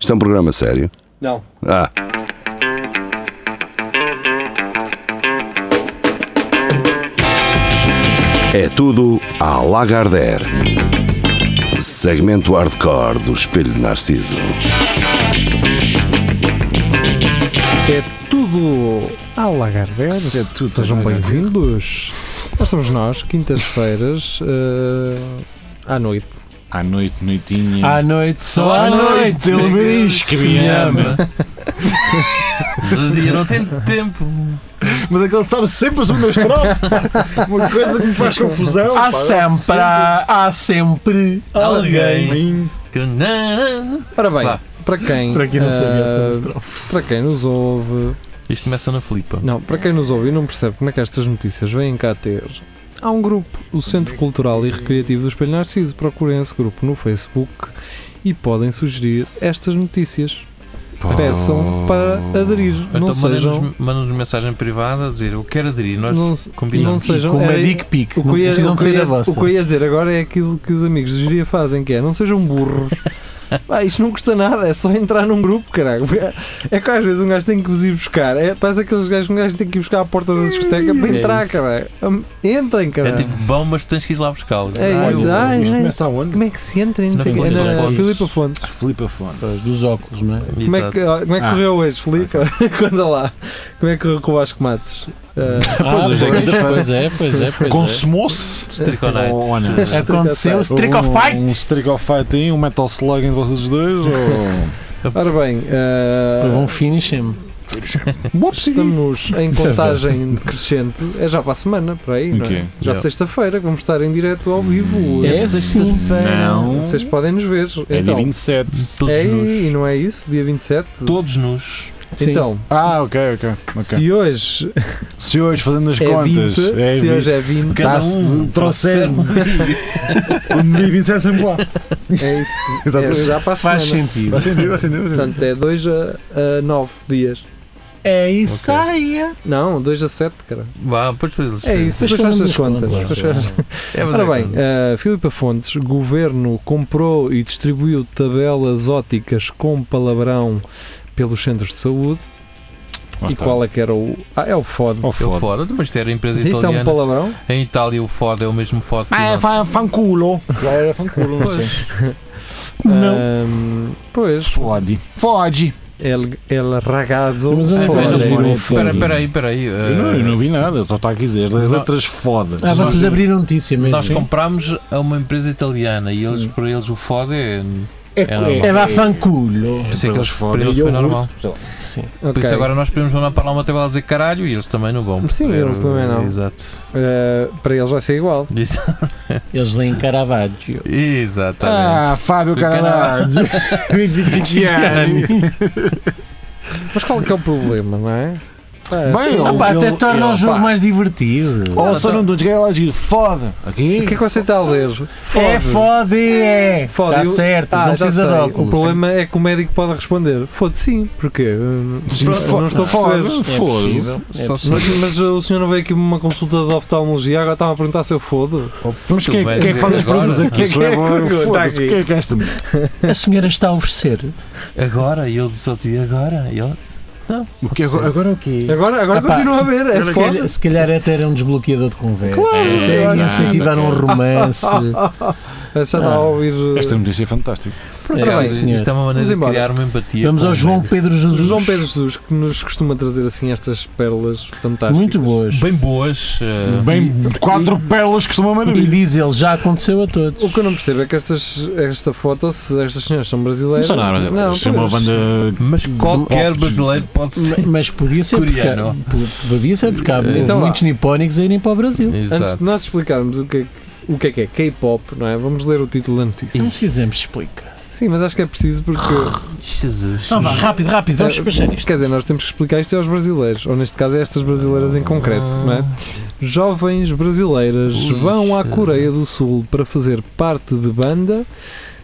Isto é um programa sério. Não. Ah, é tudo à Lagardère. Segmento hardcore do Espelho de Narciso. É tudo à Lagardère. Isso é tudo Sejam à Lagardère. bem-vindos. Nós somos nós, quintas-feiras, eh, à noite. À noite, noitinha. À noite, só à noite, ele me diz que me ama. De dia não tem tempo. Mas é aquele sabe sempre as segundas estrofes. Uma coisa que me faz confusão. é Há sempre, há sempre alguém. Alguém. Que não- Ora bem, Vá. para quem. Para quem não sabia eh, essa estrofe. Para quem nos ouve. Isto começa na flipa. Não, para quem nos ouve e não percebe como é que estas notícias vêm cá ter. Há um grupo, o Centro Cultural e Recreativo do Espelho Narciso. Procurem esse grupo no Facebook e podem sugerir estas notícias. Peçam para aderir. Não então sejam. mandam-nos mandam-nos mensagem privada a dizer eu quero aderir, nós Não, não combinamos. sejam. Com uma era- dick pic. O que, Não eu ia, precisam o de que eu ser a ia- vossa. o que eu ia dizer agora é aquilo que os amigos de Júria fazem, que é não sejam burros. Pá, isto não custa nada, é só entrar num grupo, caralho. É que às vezes um gajo tem que os ir buscar. É, parece aqueles gajos que um gajo tem que ir buscar à porta da discoteca para É entrar, isso. caralho. Hum, Entrem, É caralho. tipo bom, mas tens que ir lá buscá-lo. É Ah, isso. eu- Ai, Isto ai. começa aonde? Como é que se entra? e Não Na sei o quê? Filipa Não, não, não, Fontes. Filipa Fontes. Flipa fone. Pois, Dos óculos, não é? Como é, que, Exato. como é que Ah. correu hoje, Filipa? Conta lá. Como é que correu com o Vasco Matos? Ah, Ah, hoje é pois, quinta-feira. pois é, pois é, pois é. Consumou-se. Striconites. Ou não? Aconteceu Houve Streak of É um, Fight. Um streak of fight aí, um metal slug entre vocês dois. Ou... Ora bem, ah, Houve um finish him. Ups, Estamos em contagem decrescente, é já para a semana, para aí, não é? Ok. Já Yeah. sexta-feira, que vamos estar em direto ao vivo. É Esse- sim. Não. Vocês podem nos ver. Hum. É dia então, 27. Todos é, nus. e não é isso? Dia 27? Todos nus. Sim. Então, Ah, ok, ok. ok. Se, se hoje hoje, fazendo as é contas, 20, é se 20. hoje é 20, Cada Tá-se um de- trouxeram-me. Um dia 27 sempre lá. é isso. É Exatamente. já para a Faz semana. sentido. Vai sentido, vai sentido. vai sentido. Portanto, é 2 a 9 dias. É isso isso aí. Não, 2 a 7, cara. Vá, depois fazes É assim. isso, depois faz as contas. Depois faz as É, mas Ora é bem, quando- uh, Filipa Fontes, governo comprou e distribuiu tabelas óticas com palavrão pelos centros de saúde. Lá e está. qual é que era o. Ah, é o FOD. Oh, eu foda. fora, mas isto era empresa Isto é um italiana. palavrão? Em Itália o Ford é o mesmo Ford que o Ah, é nosso. fan- fanculo. Já era fanculo, não sei. Não. Ahm, pois. Fode. Fode. El, el ragazzo. Ah, eh, Mas onde é que fode. vocês viram o Espera, fone? espera aí, espera aí. Eu não, eh, eu não vi nada, eu estou a dizer. As Não. letras foda. Ah, vocês abriram notícia mesmo. Nós comprámos a uma empresa italiana e eles, para eles o foda é. é normal. É Ah, bafanculo. Por isso é que eles, foda. para eles foi normal. Sim. Por Ok. isso agora nós podemos mandar para lá uma tabela a dizer caralho e eles também não vão. Sim, perceber. eles também não. Exato. Ah, para eles vai ser igual. Isso- Eles leem Caravaggio. Exatamente. Ah, Fábio Caravaggio. Caravaggio. é Vidigiani. Ah, Mas qual é que é o problema, não é? Ah, Bem, assim, Ah, pá, até ele- torna o ele, jogo pá. mais divertido. Oh, Ou Não, só então- não cheguei lá a dizer foda. O Aqui? que é que você está a ler? Fode. É fode, é. Fode. Está Eu- certo, Ah, não já precisa de sei. óculos. O problema é que o médico pode responder. Fode sim, porque hum, Sim, pronto, fo- não estou a perceber. foda. É Foda. possível, é Só se possível. Mas, mas o senhor não veio aqui uma consulta de oftalmologia, agora estava a perguntar se eu fodo. Mas quem vai quem é que dizer faz as agora? perguntas aqui? Quem é que pergunta Foda-se, aqui? quem é que é esta? A senhora está a oferecer. Agora, e ele só dizia agora. E ele, O que é agora- Agora o quê? Agora, agora Ah, pá. continua a ver, é Se se foda. calhar, se calhar até era um desbloqueador de conversa. Claro, até claro. incentivar um romance. Essa está a ouvir. uh, Esta notícia é fantástica. Ora é, bem, isto senhor. é uma maneira Vamos de embora. criar uma empatia. Vamos com ao o João médico. Pedro Jesus. João Pedro Jesus, que nos costuma trazer assim estas pérolas fantásticas. Muito boas. Bem boas. Hum. eh, Bem, quatro pérolas que são uma E maravilha. diz ele, já aconteceu a todos. O que eu não percebo é que estas, esta foto, se estas senhoras são brasileiras. Não, não, não. Isto é uma pois. banda. Mas qualquer Óculos. brasileiro pode ser. Ma- Mas podia ser porque, Coreano. po- podia ser porque há Então muitos nipónicos a irem para o Brasil. Exato. Antes de nós explicarmos o que é que- o que é que é K-pop, não é? Vamos ler o título da notícia. Não precisamos explicar. Sim, mas acho que é preciso porque. Jesus. Não, Então vá, rápido, rápido, vamos eh, despachar isto. Quer dizer, nós temos que explicar isto aos brasileiros, ou neste caso a estas brasileiras em concreto, não é? Jovens brasileiras Ui, vão à cheiro. Coreia do Sul para fazer parte de banda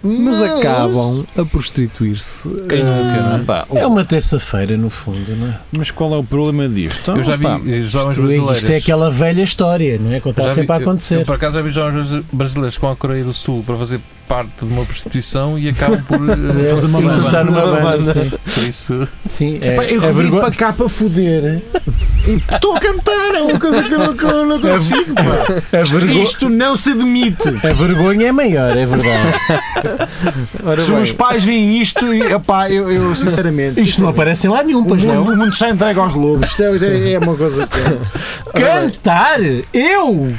mas acabam a prostituir-se. Eh, Quem nunca, não é? Pá, É uma terça-feira, no fundo, não é? Mas qual é o problema disto? Eu já vi Pá, eh, jovens Isto, brasileiros. é aquela velha história, não é? Que Já está vi- sempre a eu- Eu, acontecer. por acaso já vi jovens brasileiros com a Coreia do Sul para fazer parte de uma prostituição e acabam por eh, É, fazer uma começar banda. numa Uma banda. banda. Por isso, Sim, sim, é, Pá, eu é que vim vergonha. para cá para foder e estou a cantar, é uma coisa que eu não, que eu não consigo. pá. É A, é vergo- Isto não se admite. a vergonha é maior, é verdade. Ora Se bem, os pais veem isto, e, opá, eu, eu, sinceramente. Isto não aparece em lado nenhum, o pois não. mundo, o mundo está entregue aos lobos. Isto é, é uma coisa que. Cantar? Eu?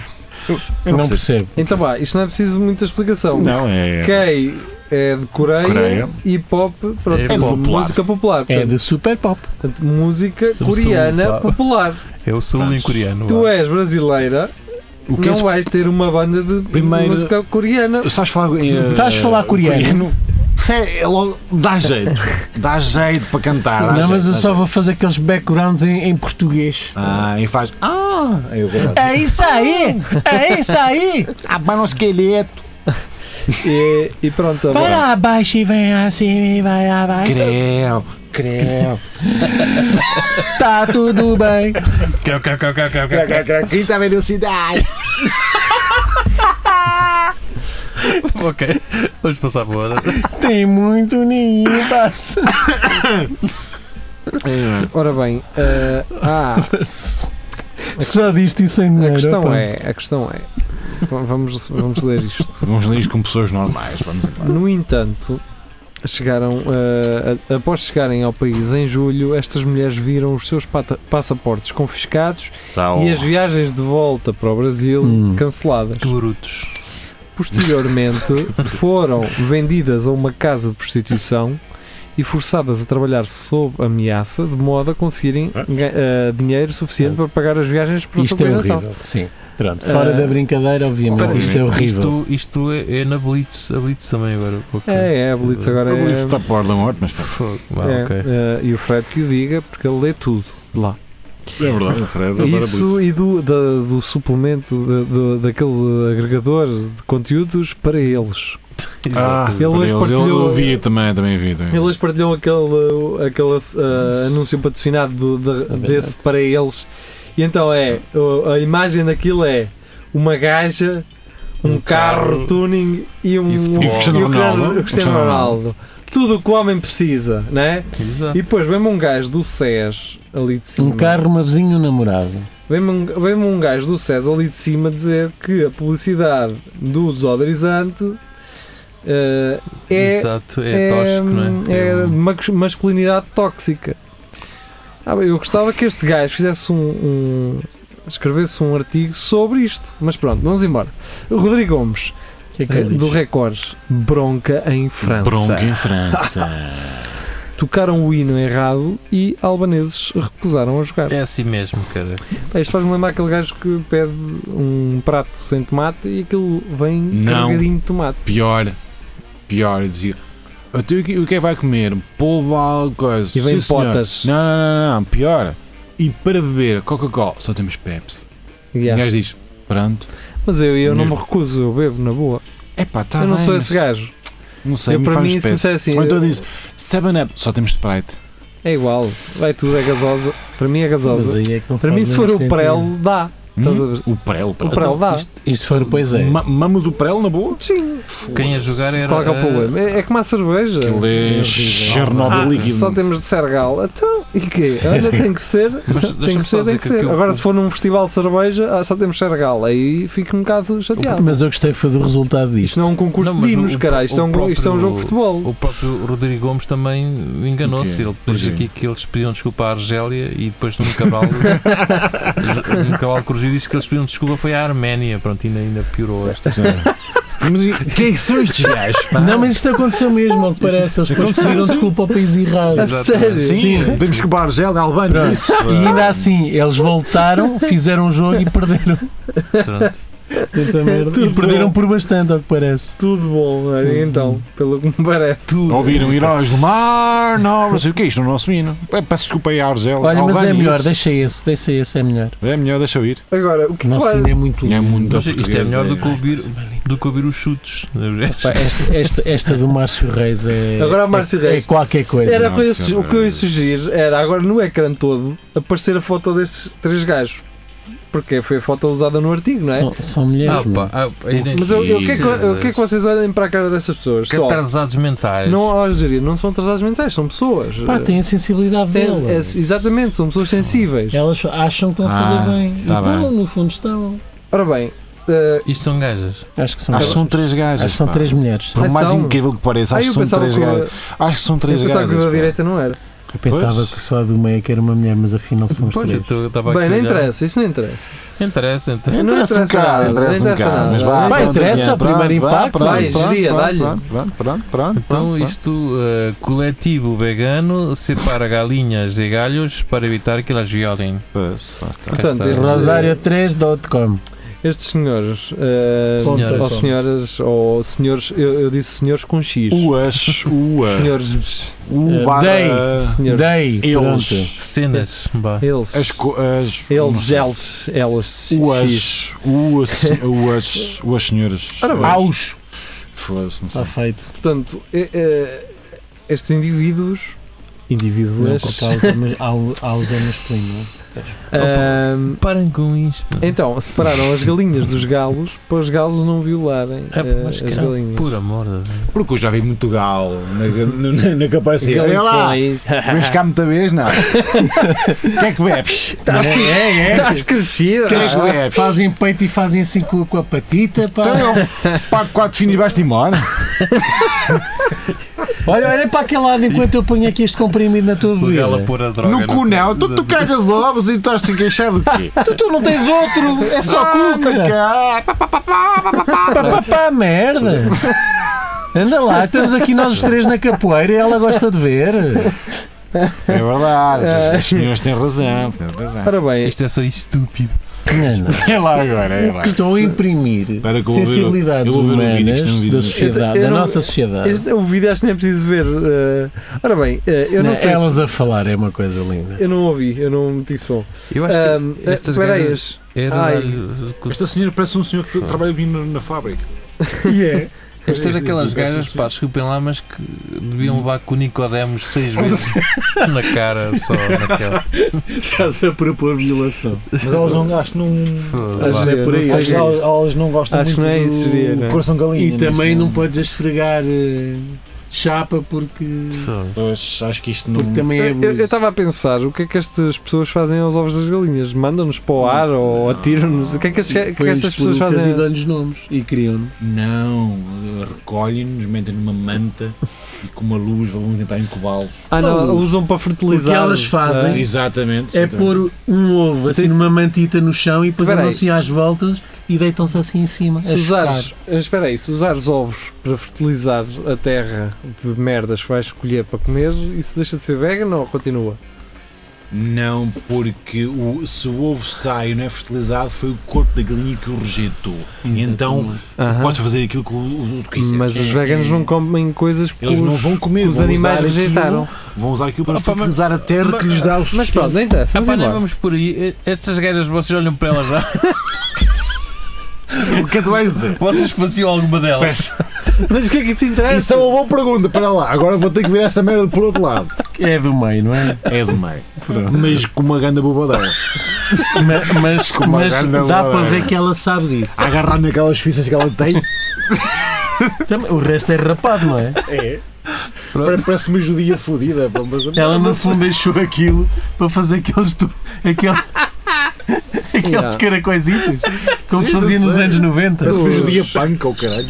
Eu não percebo. Então vá, isto não é preciso muita explicação. Não, é. K é de Coreia, Coreia. e pop, pronto, É de popular. música popular. É portanto, de super pop. portanto, música sou coreana popular. popular. eu sou um coreano. Tu vá. és brasileira, O que não é- vais um ter uma banda de Primeiro- música coreana. Sabes falar, eh, Sabes falar coreano? Isso é, é logo- dá jeito. Dá jeito para cantar. dá não, jeito, mas eu dá só jeito. vou fazer aqueles backgrounds em, em português. Ah, e faz. Ah! Eu gosto. É isso aí! É isso aí! Abana o Ah, esqueleto. E, É, e pronto, Vai agora. lá abaixo e vem assim e vai lá abaixo. Creu, creu. Tá tudo bem. Cá, cá, cá, cá, cá, cá, cá. Grita a velocidade. Ok, vamos passar para outra. Tem muito ninho, passa. É, Ora bem, eh, ah, Só disto e sem a dinheiro. questão opa. é, a questão é, v- vamos, vamos ler isto. Vamos ler isto com pessoas normais. Vamos embora. No entanto, chegaram eh, a- após chegarem ao país em julho, estas mulheres viram os seus pata- passaportes confiscados Tal. e as viagens de volta para o Brasil Hum. canceladas. Que brutos. Posteriormente, foram vendidas a uma casa de prostituição e forçadas a trabalhar sob ameaça, de modo a conseguirem ga- eh, dinheiro suficiente para pagar as viagens para o Isto é seu Natal. horrível. Sim. Pronto. Fora Ah. da brincadeira, obviamente. Espera, Isto é horrível. Isto, isto é, é na Blitz, a Blitz também agora. ok. É, é, a Blitz agora Eu li é. isto da porta da morte, mas pá, Fogo. Vá, Ah, é, ok. eh, e o Fred que o diga, porque ele lê tudo lá. é verdade, Fred. adora Isso e do, da- do suplemento da- do- daquele agregador de conteúdos para eles. Ah, é Exato. Ele hoje eu- partilhou- Eu vi também, também vi. Hum. também vi. Eles hoje partilham aquele, aquele ah, anúncio patrocinado do- da- desse para eles. E então é, o- a imagem daquilo é uma gaja, um, Um carro, carro, tuning e um e futebol. e E o Cristiano Cristiano- Ronaldo. o Cristiano Ronaldo. Tudo o que o homem precisa, né? Exato. E depois vem-me um gajo do SES ali de cima. Um carro, uma vizinha e um namorado. Vem-me um, vem-me um gajo do SES ali de cima dizer que a publicidade do desodorizante eh, é, Exato, é, tóxico, não é? é um- max- masculinidade tóxica. Ah, bem, eu gostava que este gajo fizesse um, um- escrevesse um artigo sobre isto, mas pronto, vamos embora. Rodrigo Gomes, O que é que ele do diz? Record, bronca em França. Bronca em França. Tocaram o hino errado e albaneses recusaram a jogar. É assim mesmo, cara. Pá, Isto faz-me lembrar aquele gajo que pede um prato sem tomate e aquilo vem Não. carregadinho de tomate. pior, pior, eu dizia. "Eu tenho que- O que é que vai comer? Polvo alguma coisa. E vem Sim, senhor." potas. Não, não, não, não, pior. E para beber Coca-Cola só temos Pepsi. Yeah. O gajo diz, pronto. Mas eu, eu não me Mesmo. recuso, eu bebo na boa. É pá, tá eu não bem, sou mas esse gajo. Não sei, eu, me para faz mim, se me espécie. disser assim, Ou então eu- diz, Seven Up, só temos Sprite. É igual, vai tudo, é gasosa. Para mim é Mas gasosa. aí é que não Para faz mim, se for nenhum o sentido. prelo, dá. Estás a Hum? ver? O prelo, Então, O Então, prelo. prelo dá. E se for, pois é. Ma- Mamos o prelo na boa? Sim. Quem a jogar era. Qual é que é o problema? É, é como a cerveja. Ele é Chernobyl Ah, líquido. só temos de Sergal. Então, e quê? Olha, tem que ser. Mas Tem deixa-me que ser, só dizer tem que ser. eu- Agora, se for num festival de cerveja, ah, só temos Sergal. Aí fico um bocado é chateado. Mas eu gostei foi do resultado disto. Isto não é um concurso é Não, de mas hinos, o- caralho. Isto, é o um, isto é um próprio- jogo de futebol. O próprio Rodrigo Gomes também enganou-se. O Ele quê? diz Porquê? aqui que eles pediam desculpa à Argélia e depois um num cavalo. num cavalo corrigido um disse que eles pediam desculpa foi à Arménia. Pronto, ainda, ainda piorou esta. Mas e- quem é são estes gajos? pá? Não, mas isto aconteceu mesmo, ao que parece. Eles depois pediram desculpa ao país errado. A sério? Sim, Sim, temos que bar gel de Albânia. Isso. E ainda assim, eles voltaram, fizeram o jogo e perderam. Pronto. Tanta merda. Tudo E perderam bom. por bastante, ao que parece. Tudo bom, não é? então, pelo que me parece. Tudo. Ouviram Heróis do Mar, não, não sei o que, isto não é o nosso hino. Pe- Peço desculpa aí à Argela. Olha, mas é Albânia, melhor, isso. deixa esse, deixa esse, é melhor. É melhor, deixa eu ir. Agora, o que O nosso claro, hino é muito É lindo. muito Mas isto é melhor do que ouvir, do que ouvir os chutes. é Pá, é esta, esta, esta do Márcio Reis é. Agora o Márcio é- Reis. É qualquer coisa. Era Não, para eu isso su- é o que eu ia maravilhoso. sugerir era agora no ecrã todo aparecer a foto destes três gajos. Porque foi a foto usada no artigo, não é? São, são mulheres. Ah, pá, mano. ah, Mas eu, eu, o que é que, eu- o que é que identifica-se. vocês olhem para a cara dessas pessoas? Que Só. atrasados mentais. Não, ó, Jeria, não são atrasados mentais, são pessoas. Pá, tem a sensibilidade Tem- dela. É. é- exatamente, são pessoas sensíveis. Elas acham que estão a fazer Ah, bem. E tá estão, bem. no fundo estão. Ora bem, eh, Isto são gajas. Acho que são, Acho que são três acho gajas. que são pá. três mulheres. Por Ah, mais são? incrível que pareça, ah, eu acho que são pensava três que, gajas. eu Acho que são três pensava gajas. que a da pá. direita não era. Eu pensava Pois. que só a do meio é que era uma mulher, mas afinal são os Pois, eu três. tô- eu estava Bem, aqui a não olhar. interessa, isso não interessa. Interessa, Não Interessa interessa. um interessa bocado, nada, interessa um não interessa bocado. nada. Mas vá, Pá, pronto, interessa, é, o primeiro pronto, impacto, pronto, vai, pronto, geria, pronto, dá-lhe. pronto, Pronto, pronto, pronto. Então, pronto. isto, eh, coletivo vegano separa galinhas de galhos para evitar que elas violem. Pois, lá está. Portanto, Cá está. estes- Rosário 3, dot com. Estes senhores, eh, Senhoras. ou senhoras, ou senhores, eu, eu disse senhores com X. Uas, uas, Senhores, ua, Eh, dei. ah, senhores. Dei. Eles. Pronto. Cenas. Bah. Eles, as, co- as, eles, eles, elas, X. uas, uas, uas, uas senhoras. Ora bem. Aos. Foda-se, não sei. Está feito. Portanto, eh, eh, estes indivíduos, Não, indivíduos, porque aos é mas- au- aos é masculino. não é? ahm, Parem com isto. então, separaram as galinhas dos galos para os galos não violarem É, eh, mas as que não. galinhas. Por amor de Deus. Porque eu já vi muito galo na, na, na, na capacidade. Olha lá, Galinhões. vens cá muita vez, não. O que é que bebes? Tá É, é, é. Estás crescida! O que é que bebes? Fazem peito e fazem assim com, com a patita. Pá. Então, pago 4 finos e vais-te embora. Olha, olha para aquele lado enquanto eu ponho aqui este comprimido na tua Por ela bebida. pôr a droga. No cu não, tu, tu cagas ovos e estás-te a queixar do quê? Tu, tu não tens outro, é só Ah, cu, cara. cá. Pá, pá, pá, pá, pá, pá, pá. Pá, pá, pá, merda. Anda lá, estamos aqui nós os três na capoeira e ela gosta de ver. É verdade, as- É. as senhoras têm razão. Têm razão. Ora bem, Isto é só estúpido. Não, não. É lá agora, é lá. Que Estão a imprimir Espera que eu vou ver o- eu sensibilidades vou ver o vídeo, humanas isto é um vídeo. da sociedade, Eu da não- nossa sociedade. Este- o vídeo acho que nem é preciso ver. eh, ora bem, eh, eu não, sei. se- Elas a falar é uma coisa linda. Eu não ouvi, eu não meti som. Eu acho Ahm, que eh, estas Espera aí. gajas- era Ai. Esta senhora parece um senhor que trabalha bem na fábrica. Esta é Este- daquelas este- gajas, este- pá, desculpem lá, mas que deviam levar com o Nicodemos seis vezes na cara só naquela. Estás a propor violação. Mas elas não, acho que não, Foda-se. Acho vá. que é por aí. acho que elas, elas não gostam Acho que muito não é isso, diria, do não é? coração galinha. E mas também não podes esfregar eh, chapa porque, Só. Pois, acho que isto não... porque também é Eu- Eu abuso. estava a pensar o que é que estas pessoas fazem aos ovos das galinhas? Mandam-nos para o ar ou atiram-nos? O que é que, as- que, que estas pessoas E fazem? dão-lhes nomes e criam Não, recolhem-nos, metem numa manta e com uma luz vão tentar incubá-los. Ah, não, Não, usam para fertilizar. o que elas fazem- não é? Exatamente. Ah, É pôr um ovo assim Tens- numa mantita no chão e depois Espera aí. andam-se às voltas e deitam-se assim em cima. Se a usares, chocar. espera aí, se usares ovos para fertilizar a terra de merdas que vais escolher para comer, isso deixa de ser vegan ou continua? Não, porque o, se o ovo sai e não é fertilizado, foi o corpo da galinha que o rejeitou. Então, Aham. podes fazer aquilo que o, o, o que quiser. Mas os veganos não comem coisas que Eles os, não vão comer, que os vão animais usar rejeitaram. Aquilo, vão usar aquilo para Ah, pá, mas- fertilizar a terra que lhes dá o Mas sustento. pronto, não interessa. Ah, Vamos pá, nem embora. vamos por aí. Estas gajas, vocês olham para elas já. o que é que tu vais dizer? Vocês faziam alguma delas. Mas o que é que isso interessa? Isso é uma boa pergunta, para lá. Agora vou ter que virar essa merda por outro lado. É do meio, não é? É do meio. Mas com uma ganda bobadeira. Ma- Mas, Como a mas ganda dá bola. para ver que ela sabe disso. A Agarrar naquelas fichas que ela tem. Também- O resto é rapado, não é? É. Pare- Parece uma judia fodida. pá, mas- Ela é no fundo deixou aquilo para fazer aqueles. tu- aquele- Aqueles Yeah. caracóisitos, como se Sim, fazia não nos sei. anos 90. Parece uma judia panca, o caralho.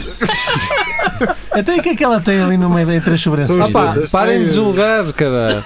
Até o que é que ela tem ali no meio da- entre as sobrancelhas? Ah pá, Estas- parem de Ai, julgar, cara.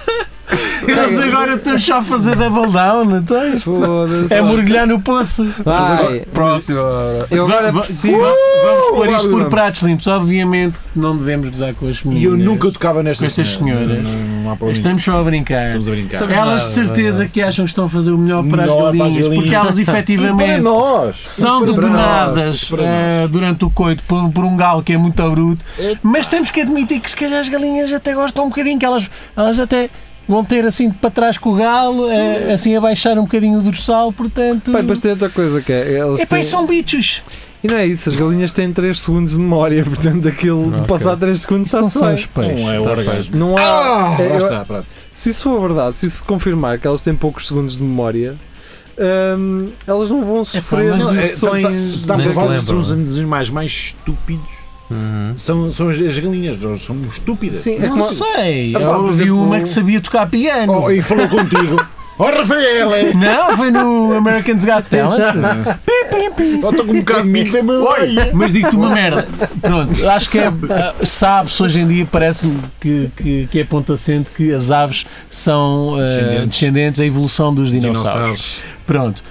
Nós agora estamos só a fazer double down, então é isto. Foda-se. É mergulhar no poço. Vai. Próxima hora. Eu é agora Va- preciso. va- Uh, Uh! Vamos pôr isto por Vamos. pratos limpos. Obviamente que não devemos gozar com as E meninas. eu nunca tocava nestas Estas senhoras. Não, não, não há problema. Estamos só a brincar. Estamos a brincar. Estamos- Elas de Não, não, certeza não. que acham que estão a fazer o melhor para as é Melhor para as galinhas, porque galinhas. elas E para efetivamente nós. são E para detonadas nós. eh, durante o coito por, por um galo que é muito bruto, É. mas temos que admitir que se calhar as galinhas até gostam um bocadinho, que elas, elas até vão ter assim de para trás com o galo, eh, assim a baixar um bocadinho o dorsal, portanto. Pai, mas tem outra coisa que é. Elas Epá, têm- e são bichos! E não é isso, as galinhas têm 3 segundos de memória, portanto aquilo de Ok. passar 3 segundos Isto não está-se são bem. os peixes. Não é Está órgãos. feito. Não há. Ah, é- lá eu- está, pronto. se isso for verdade, se isso se confirmar que elas têm poucos segundos de memória, hum, elas não vão sofrer mas Não, é, versões. tá- tá- Nem se provado que são os lembram. animais mais estúpidos. Uhum. São, são as, as galinhas, não, são estúpidas. Sim, é Não como- sei, Ah, pá, eu por ouvi exemplo, uma que sabia tocar piano. Oh, e falou contigo. Oh, Rafael! Não, foi no American's Got Talent. Estou com um bocado de milho da minha Olha, orelha. mas digo-te uma merda. Pronto, acho que é, ah, sabe-se hoje em dia, parece-me que, que, que é ponto assente que as aves são ah, Descendentes. descendentes da evolução dos dinossauros. Pronto.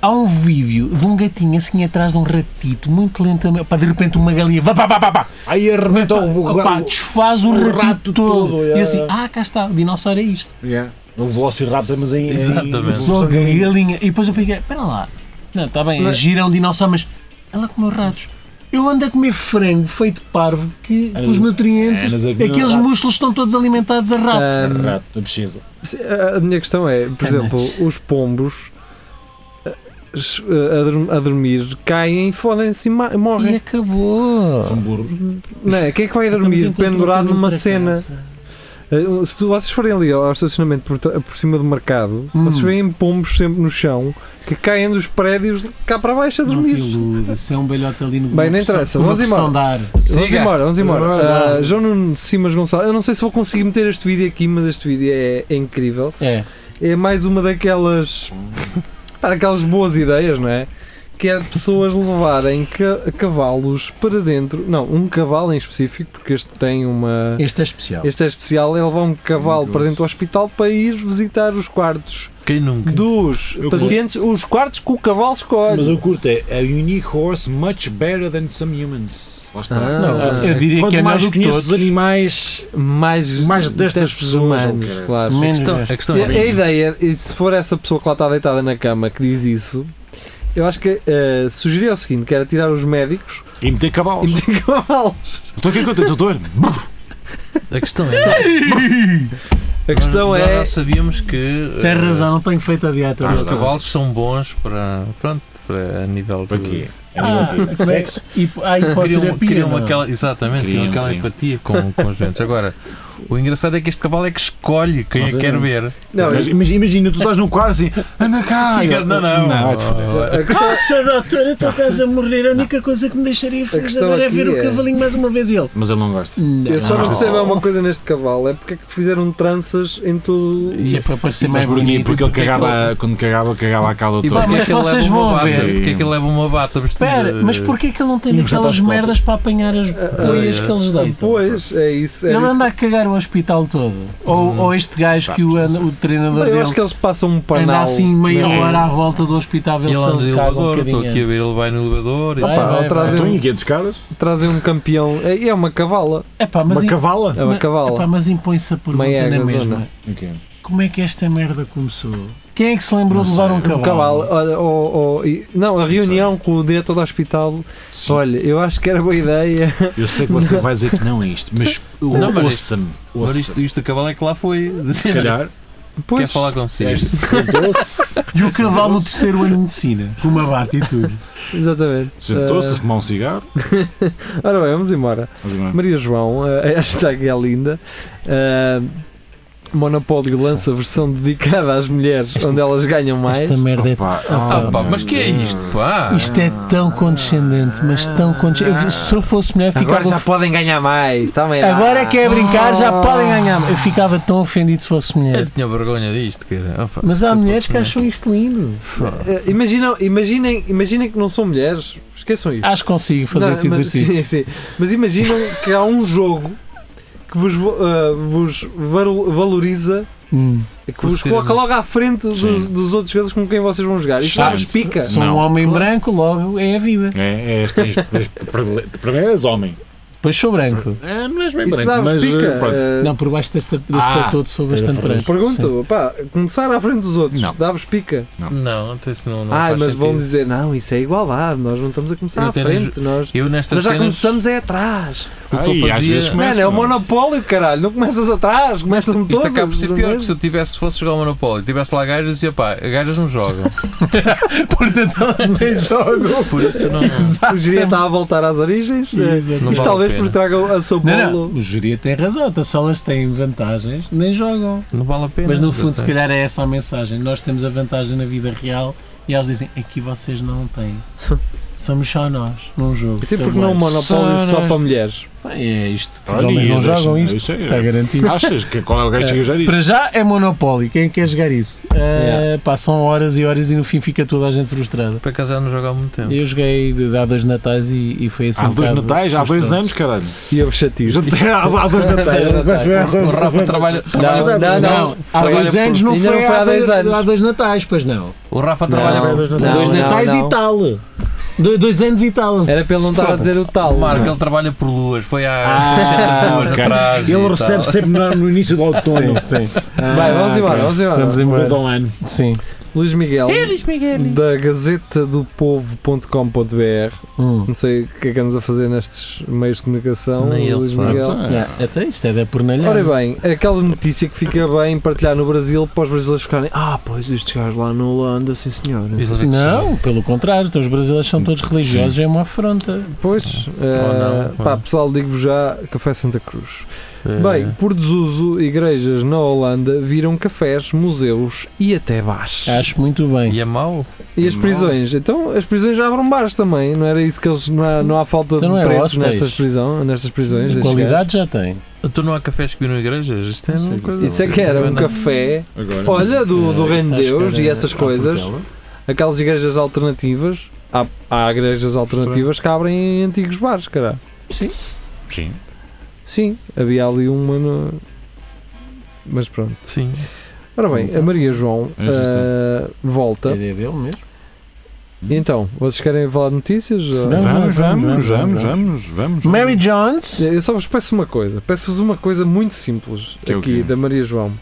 Há um vídeo de um gatinho assim atrás de um ratito, muito lentamente. Pá, de repente uma galinha. Vá, pá, pá, pá, pá. Aí arrebentou Então, o Opá, bugal. desfaz o, o ratito, rato todo. todo, E é. assim, ah, cá está, o dinossauro é isto. Yeah. O Velociraptor, mas em. em Exatamente. evolução Só galinha. galinha. E depois eu peguei, espera lá, não, está bem, Mas- gira é um dinossauro, mas ela comeu ratos. Eu ando a comer frango feito parvo que Era- os nutrientes, eras a comer aqueles rato. músculos estão todos alimentados a rato. hum, Rato, não precisa. se- a- a minha questão é, por exemplo, os pombos eh, es- eh, a, dorm- a dormir caem, fodem-se e ma- E morrem. acabou. São burros. Não é? Quem é que vai Estamos dormir em cultura pendurado comum numa para cena? casa. Eh, Se tu- vocês forem ali ao estacionamento por, tra- por cima do mercado, Hum. vocês veem pombos sempre no chão que caem dos prédios cá para baixo a Não te dormir. iludas, se é um belhote ali no é Bem, não interessa, vamos embora. Vamos Siga. embora, vamos embora. Vamos embora. Ah, João Nuno Simas Gonçalves, eu não sei se vou conseguir meter este vídeo aqui, mas este vídeo é, é incrível. É. É mais uma daquelas. para aquelas boas ideias, não é? Que é de pessoas levarem ca- cavalos para dentro. Não, um cavalo em específico, porque este tem uma. Este é Então. especial. Este é especial, é levar um cavalo para dentro do hospital para ir visitar os quartos Quem nunca? dos Eu pacientes, os quartos que o cavalo Mas escolhe. eu curto é a unique horse much better than some humans. Lá está. Ah, Não, Ah, eu diria que é Quanto melhor mais do que conheces todos. animais, Mais, mais destas destes pessoas, humanos, ou o que é. claro. A Menos questão, a este. então questão E A, a é. ideia, e se for essa pessoa que lá está deitada na cama que diz isso, eu acho que eh, sugeria o seguinte: que era tirar os médicos E meter e cavalos. meter cavalos. Estou aqui com o é teu doutor. Ah, A questão é. A questão nós é. já sabíamos que. eh, Tem razão, não tenho feito a dieta. Os hoje. cavalos são bons para. Pronto, para a nível de. É Ah, sexo. Hipo, ah, Criam, hipoterapia, criam não. aquela, exatamente, criam, Criam, aquela criam. empatia com, com os doentes. Agora, o engraçado é que este cavalo é que escolhe quem é que quer ver. Não, Mas imagina, imagina, tu estás num quarto assim, anda cá! E eu, não, não. vai-te foder. a questão, Nossa, Ah, doutor, eu estou quase a morrer. A única coisa que me deixaria feliz questão agora é aqui ver é- o cavalinho mais uma vez. E ele. Mas ele não gosta. eu só não percebo é uma coisa neste cavalo: é porque é que fizeram tranças em todo. E é para parecer Mas mais porquê? bonito. Porque ele Porque é que cagava, quando cagava, cagava a cala E toda. porquê mas é que ele vocês leva uma vão bata? ver. Porquê é que ele leva uma bata vestida? Espera, mas porquê que ele não tem E um aquelas estetoscópio. merdas para apanhar as boias é. que eles dão? Ah, Pois, é isso. Ele era isso. anda a cagar o hospital todo. Ou, ou este gajo que o, anda- o treinador Eu acho que dele eles passam um anda painel. assim meia né? hora à volta do hospital a ver Ele se anda no ele caga um elevador, estou bocadinho. aqui a antes. ver, ele vai no elevador. e- Vai, Ah, Pá, vai, trazem, Então, e aqui de escadas? trazem um campeão. É, é uma cavala. Epá, mas Uma in- cavala? É uma ma- cavala. epá, mas impõe-se a pergunta Meia na gazona. mesma. Ok. Como é que esta merda começou? Quem é que se lembrou de levar um cavalo? Um cavalo. Olha, oh, oh, e- não, a reunião com o diretor do hospital. Sim. Olha, eu acho que era boa ideia. Eu sei que você vai dizer que não é isto, mas Não, mas ouça-me. Agora Ouça isto, isto o cavalo é que lá foi. se calhar. É Quer Pois, falar consigo. este Sentou-se, E o cavalo no terceiro ano de medicina, com uma bata e tudo. exatamente. sentou-se, fumou um cigarro. Ah, ora bem, vamos embora. Mas, não é? Maria João, ah, esta aqui é linda. Ah, Monopólio lança a versão dedicada às mulheres, onde elas ganham mais. Esta merda é. Opa, Ah, oh, pá, meu mas que é Deus. isto, pá? Isto é tão condescendente, mas tão condescendente. Eu, Se eu fosse mulher, Agora já ficava. podem ganhar mais. Também lá. Agora é que é brincar, já podem ganhar. Eu ficava tão ofendido se fosse Eu mulher. tinha vergonha disto, cara. Opa, É. Mas se há eu mulheres fosse que acham isto lindo. mulher. Eh, Imaginam, imaginem, imaginem que não são mulheres. Esqueçam isto. Acho que consigo Ah, fazer Não, esse mas- exercício. sim, sim. Mas imaginam que há um jogo que vos, vo- ah, vos valo- eh, valoriza Hum. É que vos Sim. coloca logo à frente dos, Sim. dos outros jogadores com quem vocês vão jogar. Isto Está- não vos pica. Sim. Sou Não. um homem branco, logo é a vida. É, é, tens, tens privile- primeiro és homem. Depois sou branco. É, não és bem Isso branco, dá-vos mas pica. eh, pronto. Eh, Não, por baixo deste, deste Ah, todo sou tens a bastante falar. branco. Sim. Pergunto, pá, começar à frente dos outros, Não. dá-vos pica. Não, então isso não, não Ah, faz mas sentido. vão dizer, não, isso é igualdade, nós não estamos a começar Eu à tenho- frente, nós, Eu nestas nós já cenas, começamos é atrás. o que eu Ai, às fazia... vezes Mano, Começa, é o mano. monopólio, caralho, não começas atrás, começas no todo. né? Isto acaba por ser pior é? que se eu tivesse, fosse jogar o Monopólio, tivesse lá gajas e dizia pá, gajas não jogam. Portanto, elas nem jogam. Por isso não. O Jiria está a voltar às origens, eh, Exato. Não mas vale a talvez pena. por traga a São Não, não, Paulo. o júri tem razão, então se elas têm vantagens, nem jogam. Não vale a pena. Mas no fundo, se Exatamente. calhar é essa a mensagem. Nós temos a vantagem na vida real e elas dizem, aqui vocês não têm. Somos só nós, num jogo. Até porque Tabuleiro. não um monopólio Só só nós- para mulheres. É isto, os Olha, homens não isso, jogam isso isto, é- está garantido. Achas que qual é o gajo que já diz? Para já é Monopólio, quem quer jogar isso? Ah, Yeah. Passam horas e horas e no fim fica toda a gente frustrada. Por acaso já não jogo há muito tempo. Eu joguei de- de há dois natais e, e foi assim Há um dois bocado natais, há dois frustrante. anos, caralho. E eu chatice. Já tem- Há há dois natais. Vai ver essas- O Rafa trabalha, trabalha- Não, não, Não, não. há Trabalha dois por- anos não ainda foi, há dois anos. Há dois natais, pois não. o Rafa Não, trabalha dois não, natais. dois não, natais não. e tal. Do- dois anos e tal. Era pelo não estar a dizer o tal. O Marco, ele trabalha por luas, foi há Ah, 600 luas ok. atrás. e Ele tal. recebe sempre no no início do outono. sim. Vai, vamos embora, Ah, vamos embora. Vamos Uma embora. vez ao ano. Sim. Luís Miguel, da Gazeta do Povo.com.br. Hum. Não sei o que é que andas a fazer nestes meios de comunicação, Nem ele Luís sabe. Miguel. Ah, Até isto é da pornalha. Ora bem, aquela notícia que fica bem partilhar no Brasil para os brasileiros ficarem Ah, pois estes gajos lá na Holanda, sim senhor. Diz lá é que sim. Não, pelo contrário, então os brasileiros são todos religiosos, é uma afronta. Pois, não, eh, pá, ou- pessoal, digo-vos já Café Santa Cruz. É. Eh, Bem, por desuso, igrejas na Holanda viram cafés, museus e até bares. Acho muito bem. E é mau? E as prisões? Então, as prisões já abram bares também, não era isso que eles. Não há, não há falta Então não de é preços hostéis. nestas, prisão, nestas prisões. A destes qualidade já tem. Então não há cafés que viram igrejas? Isto é uma gajos. coisa. Isso é que era um Não. café, Ah, Agora. olha, do, do Ah, Reino isto de acho que Deus era e essas à coisas, Portela. aquelas igrejas alternativas. Há, há igrejas alternativas que abrem em antigos bares, cara. Sim. Sim, havia ali uma. no- Mas pronto. Sim. Ora bem, a Maria João É É. justo. ah, É volta. dele mesmo. Então, vocês querem falar de notícias? ou- Não. Vamos, vamos, Vamos, vamos, vamos, vamos, vamos. Mary Jones. Eu só vos peço uma coisa, peço-vos uma coisa muito simples Que é o aqui quê? da Maria João.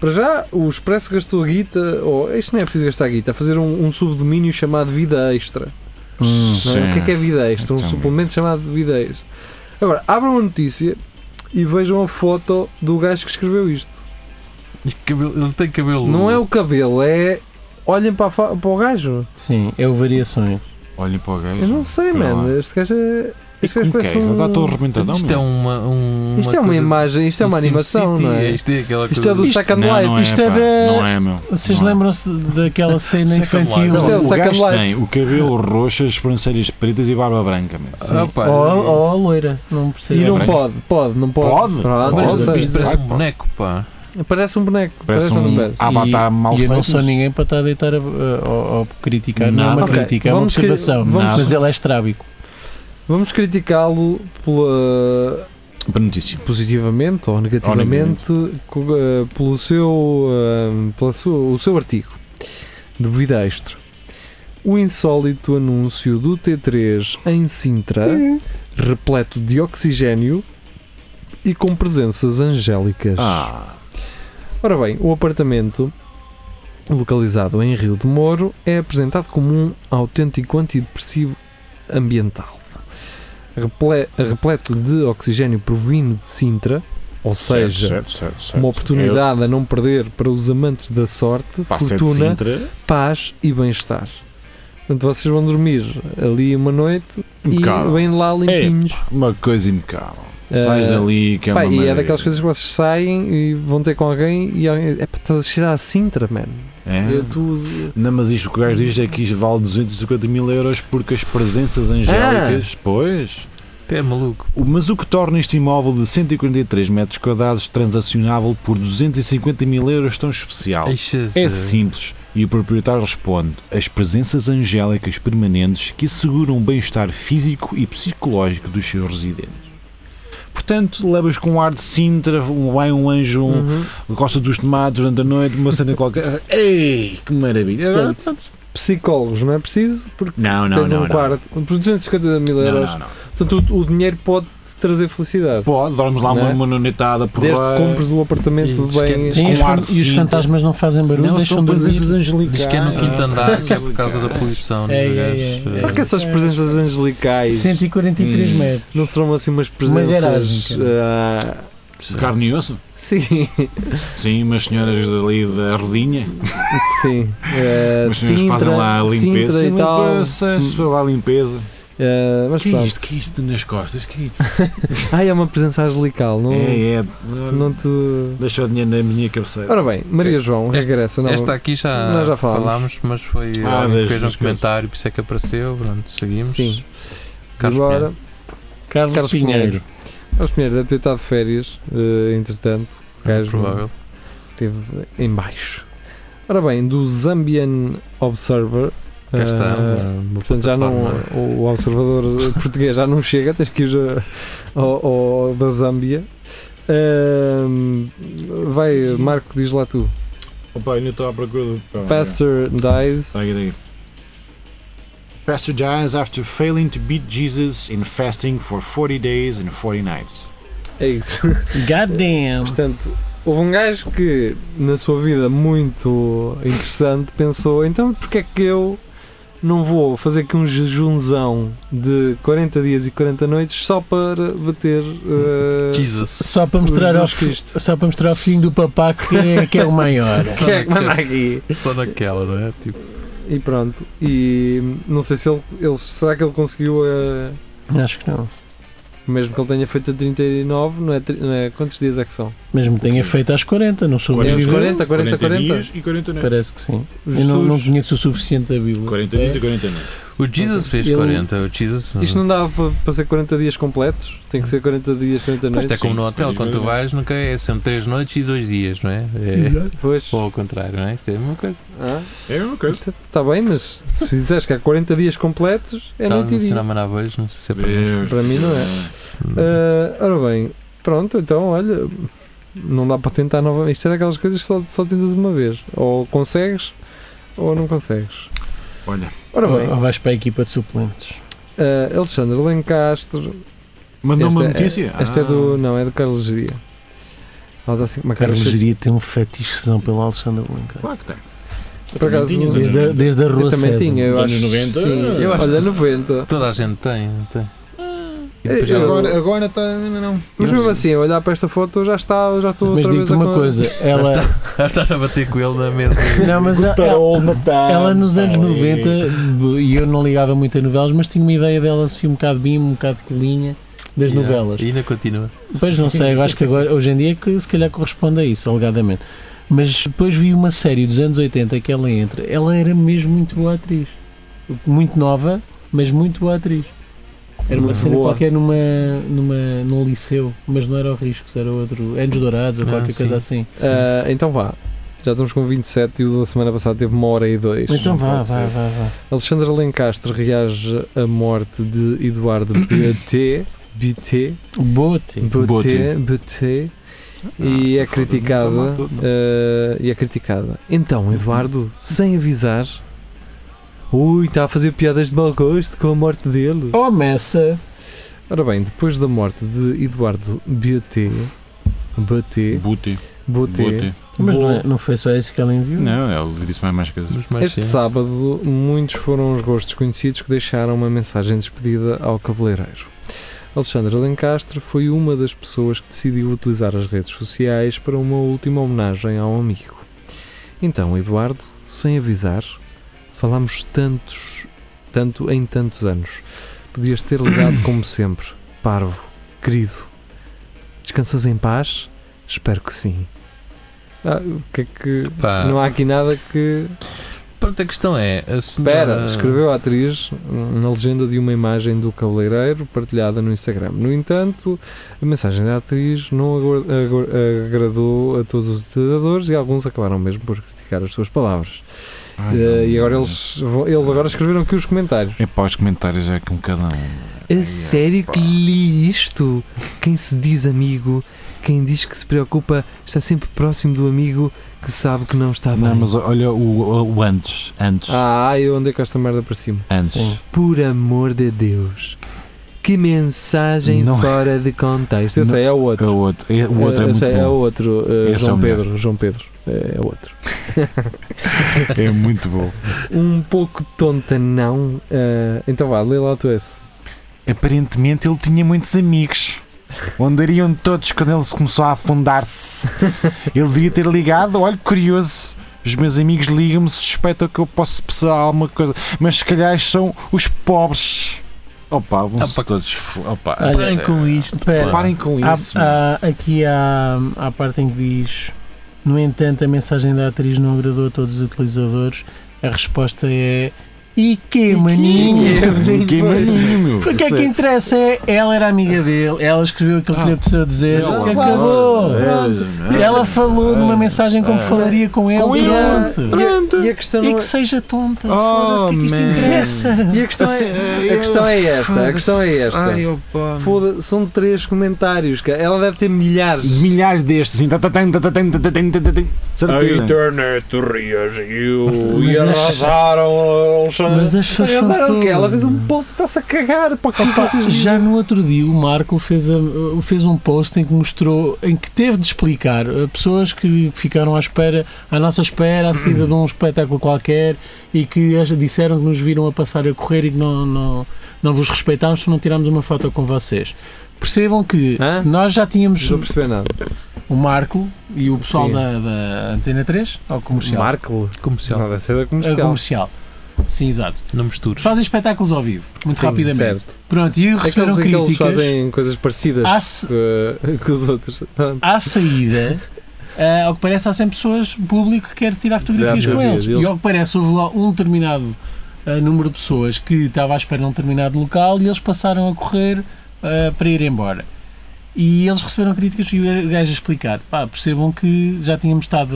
Para já, o Expresso gastou a guita, ou isto não é preciso gastar a guita, a fazer um, um subdomínio chamado Vida Extra. Hum, não é? Hum, Sim. O que é que é Vida Extra? Um Então. suplemento chamado Vida Extra. Agora, abram a notícia e vejam a foto do gajo que escreveu isto. E cabelo- Ele tem Uh. cabelo. Não é o cabelo, é. Olhem para, a fa- para o gajo. Sim, é o Variações. Olhem para o gajo. Eu não sei, Espera mano. lá. Este gajo é. E Este gajo como que parece é? Ele um. está todo arrebentadão. Isto é uma. um- Isto é uma coisa- imagem, isto é do uma Sim animação, City, não é? Isto é aquela Isto coisa. é do Isto- Second Não, Life. não é, Isto é pá, da- Não é, meu. Vocês Não é. lembram-se daquela cena Second infantil? Life. Isto é Não, o o Second gajo Life. tem o cabelo roxo, as sobrancelhas pretas e barba branca, meu. é Ah, pá, ou, a- ou a loira, não percebo. E É não branco. pode, pode, não pode. Pode? Pronto, Pode. já Isto sei. isto parece um Vai, pá. boneco, pá. Parece um boneco. Parece ou não um parece? avatar e, mal e eu não feito. sou ninguém para estar a deitar a, a, a, a criticar, não é Nada. uma Ok, crítica, é uma vamos cri- observação. vamos- Mas ele é estrábico. Vamos criticá-lo pela- Para notícia. positivamente ou negativamente co- eh, pelo seu, eh, pela sua- o seu artigo de vida extra. O insólito anúncio do T3 em Sintra, repleto de oxigênio e com presenças angélicas. Ah, Ora bem, o apartamento localizado em Rio de Moro é apresentado como um autêntico antidepressivo ambiental. Reple- repleto de oxigênio provindo de Sintra, ou seja, certo, certo, certo, uma certo. É oportunidade a não perder para os amantes da sorte, Eu, pá, sete fortuna, Sintra, paz e bem-estar. Portanto, vocês vão dormir ali uma noite e impecável. vêm lá limpinhos. Uma coisa impecável. Ah, Sais dali que é Pá, uma e é maravilha. daquelas coisas que vocês saem e vão ter com alguém e alguém, é para estás a cheirar a Sintra, mano. É? Eu, tu, Não, mas isto que o gajo diz é que isto vale 250 mil euros porque as presenças Ah! angélicas, pois. Até é maluco. O- Mas o que torna este imóvel de 143 metros quadrados transacionável por 250 mil euros tão especial? Deixa-se- É simples. E o proprietário responde: as presenças angélicas permanentes que asseguram o bem-estar físico e psicológico dos seus residentes. Portanto, levas com um ar de Sintra, vai um anjo, um, Uhum. gosta dos tomates durante a noite, uma cena qualquer. Ei, que maravilha! Agora, Portanto, Psicólogos, não é preciso? Porque não, não, tens não. um quarto por 250 mil não, euros. não, não. Portanto, o, o dinheiro pode te trazer felicidade. Pode, dormes lá Não é? uma, uma nonetada por Desde lá. que compres o apartamento E É bem. desque- E, os, Com ar fan- de e os cinco. fantasmas não fazem barulho, Não, deixam são dormir. presenças angelicais. Diz que é no Ah, quinto andar, que é por causa da poluição. É, dos é, gajos, é. eh, Será que essas é. presenças angelicais 143 Hum. metros. não serão assim umas garagem, presenças. ah, De Carne e osso? sim, Sim, umas senhoras ali da rodinha. sim. ah, Umas senhoras que fazem lá a limpeza. Sintra Sim, e tal. limpeza, se faz lá a limpeza. Ah, mas Que é pronto. isto? Que é isto nas costas? Que é isto? Ah, é uma presença angelical, não, É, é. não te. Deixa o dinheiro na minha cabeceira. Ora bem, Maria João Esta- regressa, não? Esta aqui já, Nós já falámos. falámos, mas foi Ah, alguém que das- das fez um coisas. comentário, por isso é que apareceu. Pronto, seguimos. Sim. Carlos Agora, Carlos, Carlos Pinheiro. Pinheiro. Carlos Pinheiro deve ter estado de férias, eh, entretanto. O É gajo provável. esteve em baixo. Ora bem, do Zambian Observer. Cá está, ah, uma portanto, já não, o observador português já não chega, tens que ir a- ao, ao da Zâmbia. Ahm, vai, Marco, diz lá tu. Opa, ainda estou à procura. do- Pá, Pastor Dies. Daí, daí. Pastor dies after failing to beat Jesus in fasting for 40 days and 40 nights. É isso. God damn. Portanto, houve um gajo que, na sua vida muito interessante, pensou: então, porque é que eu não vou fazer aqui um jejunzão de 40 dias e 40 noites só para bater. eh, Só para mostrar ao, Jesus fi- Cristo. só para mostrar ao filho do papá que é, que é o maior. Quem é que manda aqui? Só naquela, não é? Tipo, E pronto. E não sei se ele. ele- será que ele conseguiu. eh, Acho que não. mesmo que ele tenha feito a 39, não é, tri- não é? Quantos dias é que são? Mesmo tenha feito às 40, não sou 40, bem- 40, 40, 40. dias e 40 né? noites. Parece que sim. Eu Justos. não, não conheço o suficiente da Bíblia. 40 dias e 40 noites. o Jesus fez Ele- 40. O Jesus. Isto não dá para, para ser 40 dias completos? Tem que ser 40 dias, 40 Mas é noites? como no hotel, Sim. quando tu vais, nunca é. São 3 noites e 2 dias, não é? é Exato. Pois. ou ao contrário, não é? Isto é a mesma coisa. Ah? É uma coisa. Está tá bem, mas se fizeres que há 40 dias completos, é Estava noite e a ensinar dia. a manar bois, não Tá, sei se é para nós. Para mim não é. Ah, ora bem, pronto, então olha, não dá para tentar novamente. Isto é daquelas coisas que só, só tentas uma vez. Ou consegues ou não consegues. Olha, Ora bem, Ah. Ou vais para a equipa de suplentes. ah, Alexandre Lencastre. mandou esta uma é- notícia. Esta é Ah. do. Não, é do Carlos Geria. Ela está assim com uma cara Carlos cheia- Geria tem um fetichezão pelo Alexandre Blanca. Ah, Claro que tem. Por acaso, Tinha, eu Desde, a- desde a Rua também César. tinha. Eu Dos acho, anos 90, sim. eu acho olha, que- 90. Toda a gente tem, não tem? E Eu- depois já- eu- Agora, agora está. Ainda não. Mas Eu- mesmo assim, a olhar para esta foto, eu já está, eu já estou Mas outra vez digo-te a uma con- coisa, ela, já estás a bater com ele na mesa. não, mas a- ela nos anos 90, b- e eu não ligava muito a novelas, mas tinha uma ideia dela assim um bocado bim, um bocado colinha das Yeah. novelas. E ainda continua. Pois não sei, eu acho que agora, hoje em dia, que se calhar corresponde a isso, alegadamente. Mas depois vi uma série dos anos 80 que ela entra. Ela era mesmo muito boa atriz. Muito nova, mas muito boa atriz. Era uma Muito cena boa. qualquer numa, numa, num liceu, mas não era o Riscos, era outro. Anos Dourados ou Ah, qualquer sim. coisa assim. Ah, então vá. Já estamos com 27 e o da semana passada teve uma hora e dois. Então vá, pode vá, ser. vá, vá. Alexandre Lencastre reage à morte de Eduardo BT. BT. Boa, tipo. tio. BT. BT. Ah, tá E é criticada. ah, e é criticada. Então, Eduardo, sem avisar. Ui, está a fazer piadas de mau gosto com a morte dele. Oh, Messa! Ora bem, depois da morte de Eduardo BT. BT. Buti. BT. Buti. Mas não, Boa. é- não foi só isso que ela enviou? Não, ele disse mais, mais coisas. Mas, mas Este sim. sábado, muitos foram os rostos conhecidos que deixaram uma mensagem de despedida ao cabeleireiro. Alexandra Lencastre foi uma das pessoas que decidiu utilizar as redes sociais para uma última homenagem a um amigo. Então, Eduardo, sem avisar, falámos tantos, tanto em tantos anos. Podias ter ligado como sempre. Parvo, querido, descansas em paz? Espero que sim. Ah, o que é que- Pá. Não há aqui nada que Pronto, a questão é. A Espera, senhora- escreveu a atriz hum, na legenda de uma imagem do cabeleireiro partilhada no Instagram. No entanto, a mensagem da atriz não agor- agor- agradou a todos os utilizadores e alguns acabaram mesmo por criticar as suas palavras. Eh, e agora eles, vão- eles agora escreveram aqui os comentários. É para os comentários é com cada um. A sério que li isto? Quem se diz amigo, quem diz que se preocupa, está sempre próximo do amigo que sabe que não está Tá bem. Não, mas olha o, o antes, antes, Ah, eu andei com esta merda para cima. antes. Sim. Por amor de Deus. Que mensagem Não. fora de contexto. Eu Não. sei, é o É outro. O outro, é, o outro é Eu muito sei, é o bom. outro. uh, Esse é João o melhor. Pedro. João Pedro. É é o outro. É muito bom. Um pouco tonta, não. Uh, então vá, lê lá o teu esse. Aparentemente ele tinha muitos amigos. Onde iriam todos quando ele se começou a afundar-se? Ele devia ter ligado. Olha, curioso. Os meus amigos ligam-me, suspeitam que eu posso precisar de alguma coisa. Mas se calhar são os pobres. Opa, vão Ah, pá, é todos. f- Opa, é- Olha, parem com isto. Pera, Parem com Ah, Há- isso. há- aqui há, há a parte em que diz: No entanto, a mensagem da atriz não agradou a todos os utilizadores. A resposta é: E que maninho! meu. Que maninho, meu. O que é que interessa? é, Ela era amiga dele, ela escreveu aquilo que lhe apeteceu dizer, É ela- acabou! É, Ela falou de uma mensagem como falaria com ele, Com ele. pronto. E a, e a questão É E não que é- seja tonta, Oh, foda-se, o que é que isto man. interessa? e a questão Assim, é, eu- a questão é esta. A questão é esta. Ai, opa. Foda, são três comentários, cara. Ela deve ter milhares. Milhares destes, assim. tatatã, tatatã, tatatã, tatatã. Certeza. internet reagiu Mas as- arrasaram Alexandre. Mas as pessoas são Pensaram que ela tolas. fez um post e está-se a cagar para que Opa, vocês já no outro dia o Marco fez, a- fez um post em que mostrou, em que teve de explicar a pessoas que ficaram à espera, à nossa espera, à saída de um espetáculo qualquer e que as- disseram que nos viram a passar a correr e que não, não, não vos respeitámos porque não tirámos uma foto com vocês. Percebam que Hã? nós já Não tínhamos estou a perceber nada. o Marco e o pessoal Sim. da, da Antena 3, ao comercial. Marco? Comercial. Não deve ser da A comercial. comercial. Sim, exato. Não mistures. Fazem espetáculos ao vivo, muito Sim, rapidamente. certo. Pronto, e Aqueles receberam em que eles críticas. Ah. fazem coisas parecidas À se- que, que os outros. Pronto. à saída, ah, ao que parece, há 100 pessoas, público que quer tirar fotografias Tirar com fotografias, eles. eles- E ao que parece, houve lá um determinado ah, número de pessoas que estava à espera num determinado local e eles passaram a correr ah, para ir embora. E eles receberam críticas e o gajo a explicar. Pá, percebam que já tínhamos estado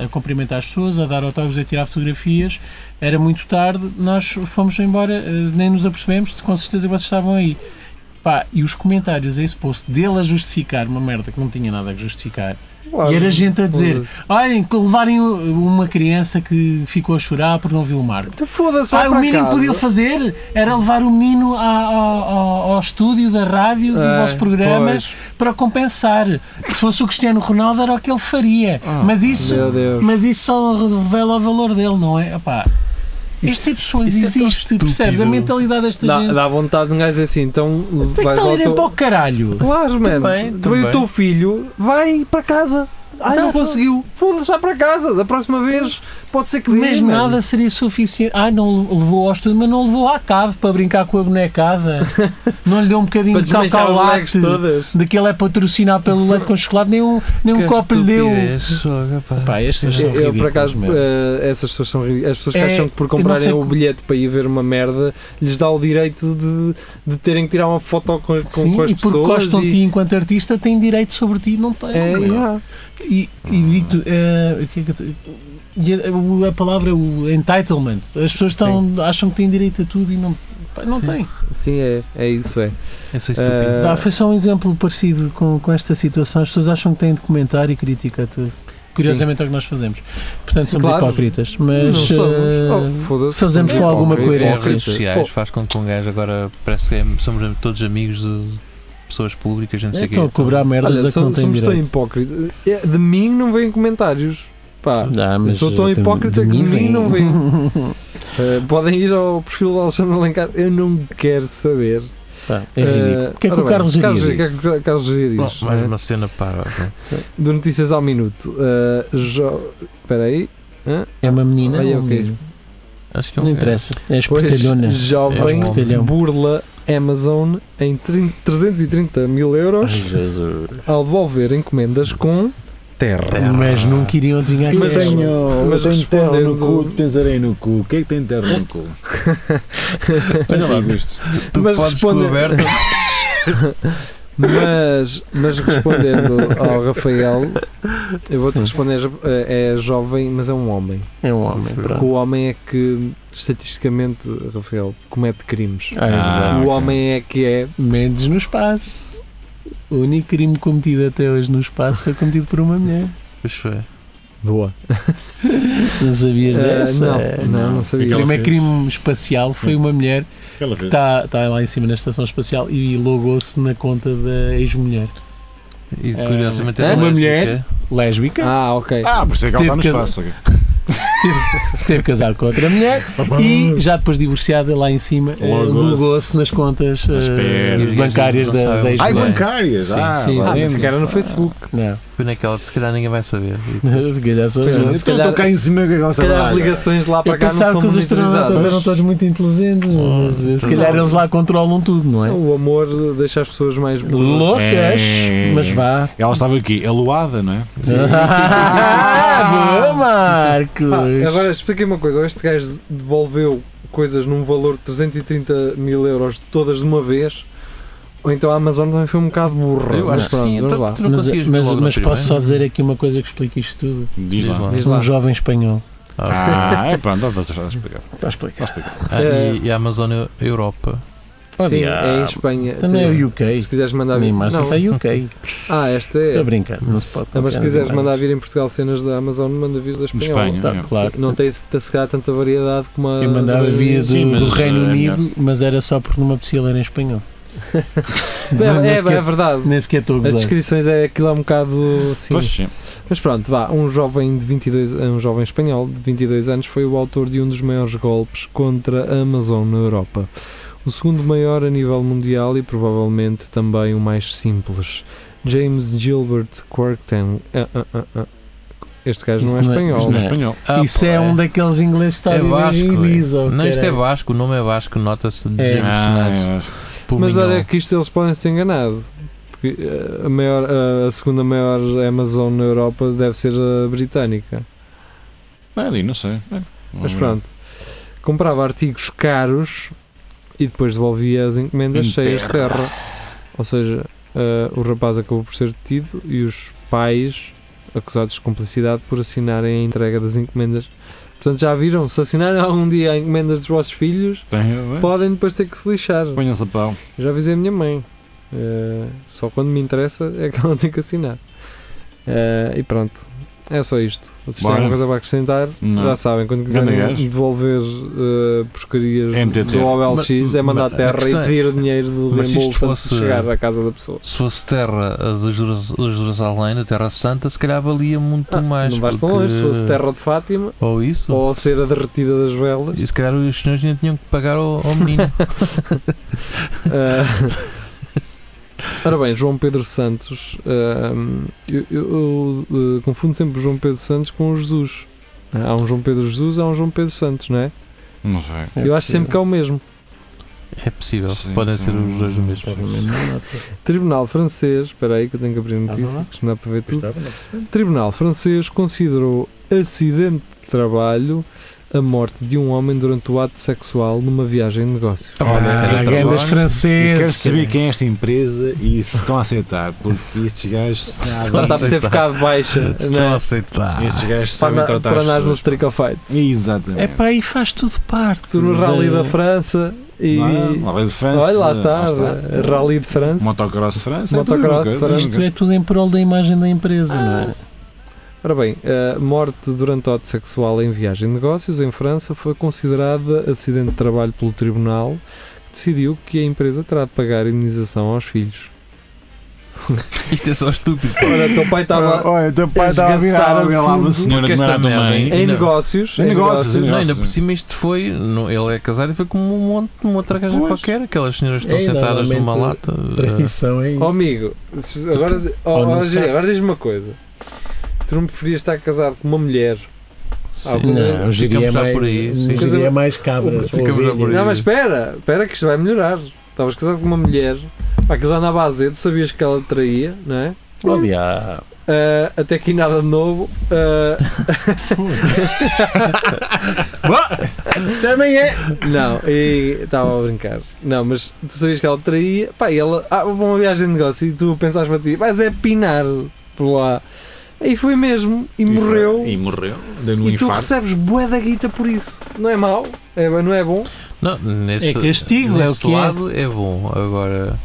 a, a cumprimentar as pessoas, a dar autógrafos, a tirar fotografias, era muito tarde, nós fomos embora, eh, nem nos apercebemos, com certeza vocês estavam aí. Pá, e os comentários a esse post dele a justificar uma merda que não tinha nada a justificar. E era gente a dizer, Foda-se. olhem, que levarem o- uma criança que ficou a chorar por não ver o Marco. Então foda-se, vai Ah, o para mínimo que casa. podiam fazer era levar o menino à- ao, ao- ao estúdio da rádio do Ah, vosso programa pois. para compensar. Se fosse o Cristiano Ronaldo era o que ele faria. mas, isso, Ah, Meu Deus. mas isso só revela o valor dele, não é? Epá, este tipo de pessoas isso é tão existe, percebes? A estúpido. mentalidade desta Dá, gente. dá vontade de um gajo dizer assim, então Tu é que vais está a ao irem teu... para o caralho. Claro, mano. Também, Veio também. o teu filho, vai para casa. Ai, não Exato. conseguiu. Foda-se, vai para casa. Da próxima vez pode ser que dê, Mas mano. nada seria suficiente. Ah, não le- levou ao estúdio, mas não levou à cave para brincar com a bonecada. não lhe deu um bocadinho Para de desmanchar os leques calcalate. todas. Daquele é patrocinar pelo leite com chocolate, nem um, nem um copo lhe deu. Pá, estas são Eu, eu, por ridículas, acaso, meu. eh, essas pessoas são ridículas. As pessoas que É, acham que por eu não comprarem sei o que- bilhete para ir ver uma merda lhes dá o direito de, de terem que tirar uma foto com, com, Sim, com as e porque pessoas. gostam de e- ti enquanto artista, têm direito sobre ti, não têm. É, meu. yeah. E, e digo eh, o que é que eu te- e a- o- a, palavra, é o entitlement, as pessoas estão, acham que têm direito a tudo e não, pá, não Sim. têm. Sim, é, é isso, é. É só estúpido. Eh, Tá, foi só um exemplo parecido com, com esta situação. As pessoas acham que têm de comentar e criticar tudo. Curiosamente é o que nós fazemos. Portanto, Sim, somos claro. hipócritas, não mas somos. eh, Oh, foda-se, fazemos somos com alguma hipócritas. Ou as coerência. redes sim. sociais Oh. faz com que um gajo agora parece que é- somos todos amigos de pessoas públicas, não sei o quê. Então, estão a Então, cobrar merdas Olha, a que não somos, têm somos tão direito. hipócritas. É, De mim não vêm comentários. Pá. Não, mas sou tão eu tenho- hipócrita de que de mim não vem. Eh, podem ir ao perfil do Alexandre Alencar. Eu não quero saber. Pá, é Eh, ridículo. O que é que ora o Carlos bem, Jair Carlos, disse? o que é que Carlos Jair Bom, diz? mais né? uma cena para. não é? Do Notícias ao Minuto. Uh, jo... Espera aí. É uma menina. Ai, ou um ok. Então, menino? é? Acho que é um. Não interessa. É Pois, espertalhona. É Jovem espertalhão. burla Amazon em 30 330 mil euros ao devolver encomendas com terra. Mas nunca iriam adivinhar Eu É que é um era. tenho, eu mas tenho terra no respondendo- cu, tu tens areia no cu. O que é que tem terra no cu? Olha lá, Não tem gosto. Tu Mas fodes com o responde- Alberto. Mas, mas respondendo ao Rafael, eu vou-te responder: é jovem, mas é um homem. É um homem, Porque pronto. o homem é que, estatisticamente, Rafael, comete crimes. Ah, é verdade. Ah, o ok. homem é que é. Mendes no espaço. O único crime cometido até hoje no espaço foi cometido por uma mulher. Pois foi. Boa. Ah, Não sabias dessa? não, não, não O sabia. Aquela- primeiro fez. crime espacial foi uma mulher Aquela que vez. está tá lá em cima na estação espacial e logou-se na conta da ex-mulher. E É, curiosamente é era uma lésbica. mulher. Lésbica, Ah, ok. Ah, por isso é que ela está no Teve espaço. ok. teve casado com outra mulher Tá e já depois divorciada lá em cima eh, Logou-se. logou-se nas contas eh, As pernas. bancárias Não da, sabem. da Ai, ex-mulher. Bem. Ah, é bancárias! Sim, ah, sim, Ah, valendo. Esse cara no Facebook. Não, Foi naquela que se calhar ninguém vai saber. se calhar só Sim. eu. Se Então calhar- estou cá em cima que ela Se calhar as trabalha. ligações lá para Eu cá não pensava são que os astronautas eram monitorizadas. todos muito inteligentes, mas eh, se calhar eles lá controlam tudo, não é? O amor deixa as pessoas mais burras. Loucas, É. mas vá. Ela estava aqui, aluada, não é? Ah, Boa, Marcos! Pá, Ah, agora expliquei uma coisa: este gajo devolveu coisas num valor de 330 mil euros todas de uma vez, ou então a Amazon também foi um bocado burra. Eu Mas acho que pronto, sim. vamos então lá. tu não mas conseguias mas- ver logo mas na é? posso só primeira? dizer aqui uma coisa que explica isto tudo. Diz lá. Diz Um lá. jovem espanhol. Ah, Ah, é pronto, está a explicar. Está a explicar. ah, e, e a Amazon Eu- Europa. Oh, Sim, é em diabo. Espanha. Também é Sim. o UK. Se quiseres mandar A é vir. imagem Não. está UK. Ah, esta é. um Estou a brincar, é não se pode. Ah, mas se confiar quiseres em mandar vir em Portugal cenas da Amazon, manda vir da De Espanha. Espanha. Tá, é. claro. Não tem se se calhar tanta variedade como a. Eu mandava via do, Sim, mas do Reino é Unido, mas era só porque não me apetecia ler em espanhol. É, Nem é, é sequer- verdade. Nem sequer estou a As gozar. descrições é aquilo é um bocado assim. Pois sim. Mas pronto, vá, um jovem de 22, um jovem espanhol de 22 anos foi o autor de um dos maiores golpes contra a Amazon na Europa. O segundo maior a nível mundial e provavelmente também o mais simples. James Gilbert Quirkton. Ah, ah, ah, ah. Este gajo Isso não é não é- espanhol. Isto não é Não. espanhol. Ah, Isso pá, é um daqueles ingleses que está É a viver Vasco. em Ibiza. é. ou Não, isto é caralho. Vasco. O nome é Vasco. Nota-se É. James Ah, Nuts. é. Mas Pulminhão. olha que isto eles podem se ter enganado. Porque eh, a, maior, a- a segunda maior Amazon na Europa deve ser a britânica. Ah, ali, não sei. É. Hum. Mas pronto. Comprava artigos caros e depois devolvia as encomendas Em cheias de terra. Ou seja, eh, o rapaz acabou por ser detido e os pais acusados de cumplicidade por assinarem a entrega das encomendas. Portanto, já viram? Se assinarem algum dia a encomenda dos vossos filhos, Tem- podem depois ter que se lixar. Ponham-se a pau. Já avisei a minha mãe. Eh, só quando me interessa é que ela tem que assinar. Eh, e pronto. É só isto. Vocês têm Bora. alguma coisa para acrescentar? Não. Já sabem, quando quiserem Grande gajo. devolver eh, porcarias É meter do terra. OLX, é mandar Mas- terra mas- e pedir o dinheiro do mas se isto reembolso antes de fosse- chegar à casa da pessoa. Se fosse terra eh, de Jeru- de Jerusalém, da Terra Santa, se calhar valia muito Ah, mais. não vais tão porque- longe, se fosse terra de Fátima Ou isso. ou a cera derretida das velas. E se calhar os senhores nem tinham que pagar ao, ao menino. Ah, Ora bem, João Pedro Santos. ah, eu eu, eu, eh, confundo sempre o João Pedro Santos com o Jesus. Há um João Pedro Jesus, há um João Pedro Santos, não é? Não sei. É eu acho possível. sempre que é o mesmo. É possível. Sim, Podem ser então- hum, os dois no mesmo. Provavelmente não dá. Tribunal francês. Espera aí que eu tenho que abrir notícias, lá. que não dá para ver tudo. Estava, não? Tribunal francês considerou acidente de trabalho a morte de um homem durante o ato sexual numa viagem de negócios. Olha, Ah, era grandes E quero franceses. saber quem é esta empresa e se estão a aceitar, porque estes gajos Não Não sabem. está a ser aceitar. ficado baixa, Estão a não é? aceitar. Estes gajos Para, sabem na, tratar para as nós no pessoas. Streak of Fights. É Exatamente. pá, aí faz tudo parte. Tu no Rally da França e. Não é? Lá vem de França. Olha, lá está, Rally de França. Motocross de França. Motocross de França. Isto é tudo em prol da imagem da empresa, Ah, não é? Ora bem, a morte durante o ato sexual em viagem de negócios em França foi considerada acidente de trabalho pelo tribunal, que decidiu que a empresa terá de pagar indenização aos filhos. Isto é só estúpido. pá. Ora, teu pai Ah, estava oh, Olha, o teu pai estava a Esgaçar virar a ver lá fundo. uma senhora Porque que não era esta tua merda, mãe. hein? em Ainda- negócios. em negócios, em Não, ainda Nossa. por cima isto foi. não, ele é casado e foi como um monte de uma outra gaja Pois. qualquer. Aquelas senhoras que É, estão sentadas normalmente, numa lata. eh, Traição é isso. Ó Oh, amigo, se- agora, ó, Ou não ó, Gê, sabes. agora diz-me uma coisa. Tu não preferias estar casado com uma mulher? Ah, sim. pois é. Não, eu diria Ficamos já mais, por aí, eu sim. diria mais cabras. Ficamos já ovelhas. por aí. Não, mas espera, espera que isto vai melhorar. Estavas casado com uma mulher, pá, que já andava azedo, sabias que ela te traía, não é? Oh, diabo. Ah, até aqui nada de novo. Ah, Também é! não, e estava a brincar. Não, mas tu sabias que ela te traía. Pá, e ela. Ah, vou para uma viagem de negócio. E tu pensaste para ti, mas é pinar por lá. E foi mesmo. E, morreu. E E, morreu. Deu-lhe um tu infarto. recebes bué da guita por isso. Não é mau? É, não é bom? Não, nesse, É castigo, é o nesse que é. lado é. bom. Agora,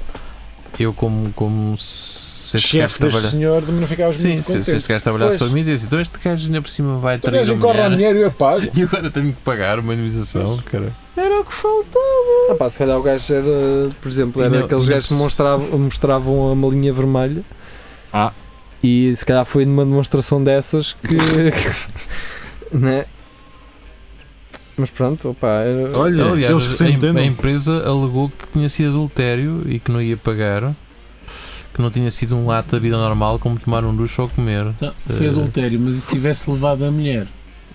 eu como, como se este Chefe gajo deste trabalha- senhor, também não ficavas Sim, muito se, se contente. este gajo trabalhasse Pois. para mim, dizia assim: então este gajo ainda por cima vai Então Então Tu trair gajo a encorre a mulher dinheiro e eu pago. e agora tenho que pagar uma indemnização, cara. Era o que faltava. Ah, pá, se calhar o gajo era, por exemplo, E era não- aqueles não gajos que perce- mostravam, mostravam uma linha vermelha. Ah. E se calhar foi numa demonstração dessas que. que- né? Mas pronto, opá, era- Olha, É, Aliás, eles que se a, em- a entendem. empresa alegou que tinha sido adultério e que não ia pagar, que não tinha sido um ato da vida normal como tomar um ducho ou comer. Então, foi Eh. adultério, mas e se tivesse levado a mulher,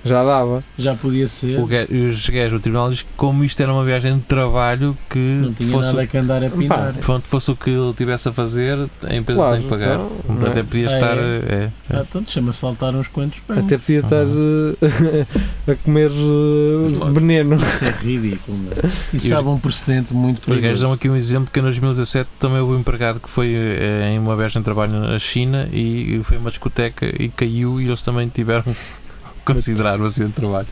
já dava. já podia ser. O gajo, os gajos do tribunal diz que como isto era uma viagem de trabalho Não que tinha fosse, nada que andar a pinar. pronto, fosse o que ele tivesse a fazer, a empresa Claro, tem que pagar. um então, Portanto, não é? Até podia Ah, estar. é? é, é. Ah, então chama-se saltar uns quantos pães. Até Ah. podia estar eh, a comer eh, Claro. veneno. Isso é ridículo, meu. Isso E os- sabe um precedente muito Os gajos dão perigoso. aqui um exemplo que em 2017 também houve um empregado que foi eh, em uma viagem de trabalho na China e foi a uma discoteca e caiu e eles também tiveram que considerar o acidente de trabalho.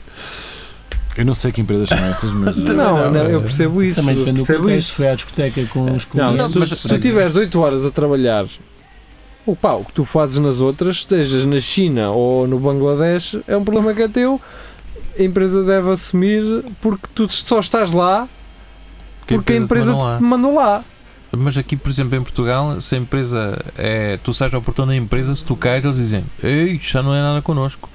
Eu não sei que empresas são estas, mas. eh, Não, não, é? eu percebo isso. Também depende do percebo contexto. isso. Foi à discoteca com os Não, clientes. se tu, mas- se tu tiveres 8 horas a trabalhar, o pá, o que tu fazes nas outras, estejas na China ou no Bangladesh, é um problema que é teu. A empresa deve assumir porque tu só estás lá Porque a porque a empresa empresa te mandou te mandou lá. Mas aqui, por exemplo, em Portugal, se a empresa é. Tu sais ao portão da empresa, se tu cais, eles dizem: Ei, isto já não é nada connosco.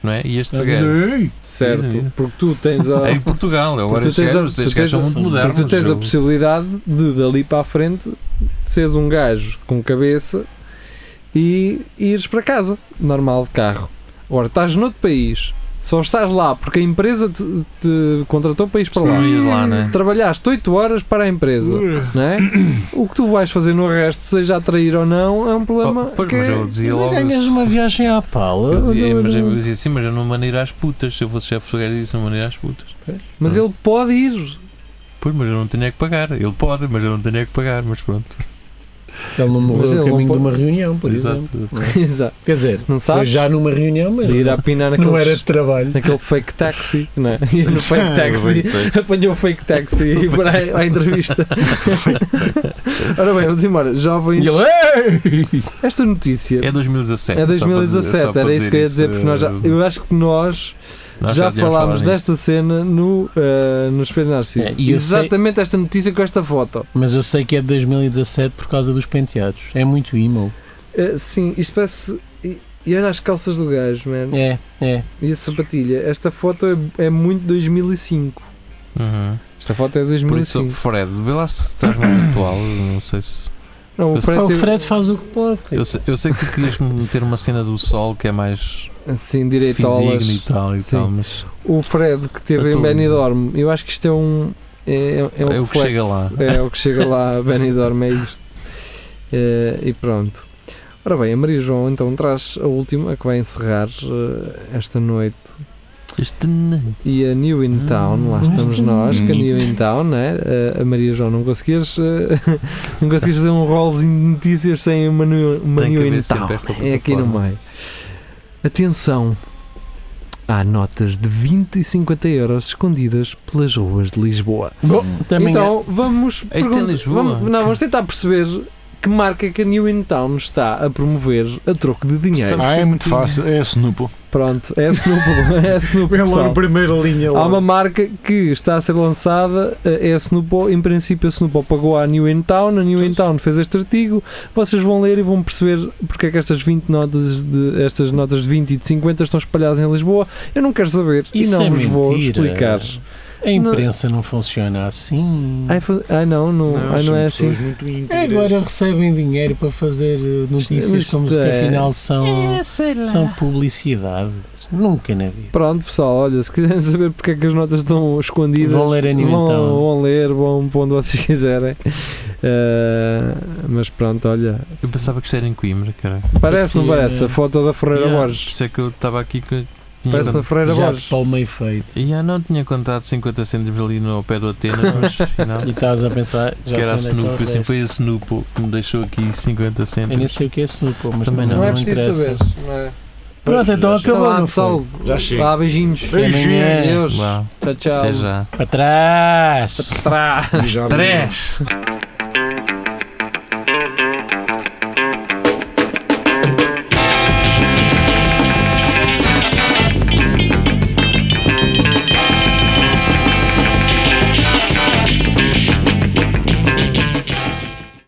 Não é? E este Mas, gajo. ei, Sim, sim. Certo, porque tu tens a, É em Portugal, agora tu tens a- estes tu estes gajos são tens a- porque muito modernos. porque tu tens a eu- possibilidade de dali para a frente seres um gajo com cabeça e ires para casa, normal de carro. Agora estás noutro país, só estás lá porque a empresa te, te contratou para ir para Se lá. não ias lá, não é? trabalhaste 8 horas para a empresa, não é? O que tu vais fazer no resto, seja atrair ou não, é um problema. Oh, pois, que mas eu dizia ainda logo. ganhas uma viagem à pala. Eu dizia, Não, é- mas eu não. dizia assim, mas eu não maneiro às putas. Se eu fosse chefe português, eu disse não maneiro às putas. mas ele pode ir. Pois, mas eu não tenho é que pagar. Ele pode, mas eu não tenho é que pagar. Mas pronto. Ele não Mas morreu é ele a não caminho pode- de uma reunião, por Exato. exemplo. Exato. Quer dizer, foi Não sabes? já numa reunião, mas De ir a pinar naqueles, não era de trabalho. naquele fake taxi, não é? E no fake taxi. Apanhou o fake taxi e ir para a- à entrevista. Ora bem, vamos embora. Jovens, E ele, "Ei!" esta notícia É 2017. é só para dizer- só 2017, para era isso que eu ia dizer, porque nós já, eu acho que nós Nós já devíamos falar falámos nisso. desta cena no, eh, no Espelho Narciso. É, e eu Exatamente esta notícia com esta foto. Mas eu sei que é de 2017 por causa dos penteados. É muito emo. Eh, sim, isto parece. E, e olha as calças do gajo, man. É, é. E a sapatilha. Esta foto é, é muito 2005. Uhum. Esta foto é de Por isso, 2005. Fred, vê lá se estás no atual. Não sei se. Não, é- eu- Pá, o teve- Fred faz o que pode. cara. Eu sei, eu sei que tu querias meter uma cena do sol que é mais Assim, direito a aulas. fidedigna e tal, e Sim. tal mas O Fred que teve em Atualiza. Benidorm. Eu acho que isto é um. É, é, um É o que reflexo. chega lá. É o que chega lá a Benidorm, é isto. Eh, e pronto. Ora bem, a Maria João então traz a última que vai encerrar eh, esta noite. este não. E a New In Town, lá Ah, estamos esta nós, que a New In Uhum. noite. Town, né? A- a Maria João, não conseguias, eh, não conseguias fazer um rollzinho de notícias sem uma New, uma Tem que New haver In sempre Town. esta É aqui no plataforma. meio. Atenção! Há notas de 20 e 50 euros escondidas pelas ruas de Lisboa. Também é- então vamos, Isto é pergun- Lisboa? vamos- não, vamos tentar perceber que marca que a New In Town está a promover a troco de dinheiro. Ah, é muito fácil. É Snoop. Pronto, é Snoop, é Snoop, Vem logo pessoal. na primeira linha. Há logo. Então, uma marca que está a ser lançada, eh, é a Snoopo. Em princípio, a Snoopo pagou à New In Town. A New In Town fez este artigo. Vocês vão ler e vão perceber porque é que estas 20 notas de, estas notas de 20 e de 50 estão espalhadas em Lisboa. Eu não quero saber Isso e não é vos vou mentira. explicar. A imprensa não, funciona assim. Ai, fa- ai, não, não, ai, não são é pessoas assim. muito É, íntegras. Agora recebem dinheiro para fazer eh, notícias Isto como se que é- afinal são, são publicidade. Nunca na vida. Pronto, pessoal, olha, se quiserem saber porque é que as notas estão escondidas, Vão ler a New In vão, Town. vão ler, vão para onde vocês quiserem. Ah, mas pronto, olha. Eu pensava que isto era em Coimbra, caralho. Parece, não Parecia- parece? A foto da Ferreira Yeah, Por Borges. isso é que eu estava aqui que. Tinha Parece a cont... Ferreira Já Borges. de pau meio feito. yeah, não tinha contado 50 cêntimos ali no ao pé do Atena, mas afinal. E estás a pensar, já que era a sei onde é Snoop, que está eu o sempre resto. foi a Snoop que me deixou aqui 50 Eu nem cêntimos. sei o que é Snoop, mas Também também não. não, Não é não preciso interessa. saber. não é? Pronto, então Então acabou. vá, não pessoal. foi? Já chega. Vá, beijinhos. é. Amanhã. Adeus. Uau, Tchau, tchau. até já. Para trás! Trás. Três!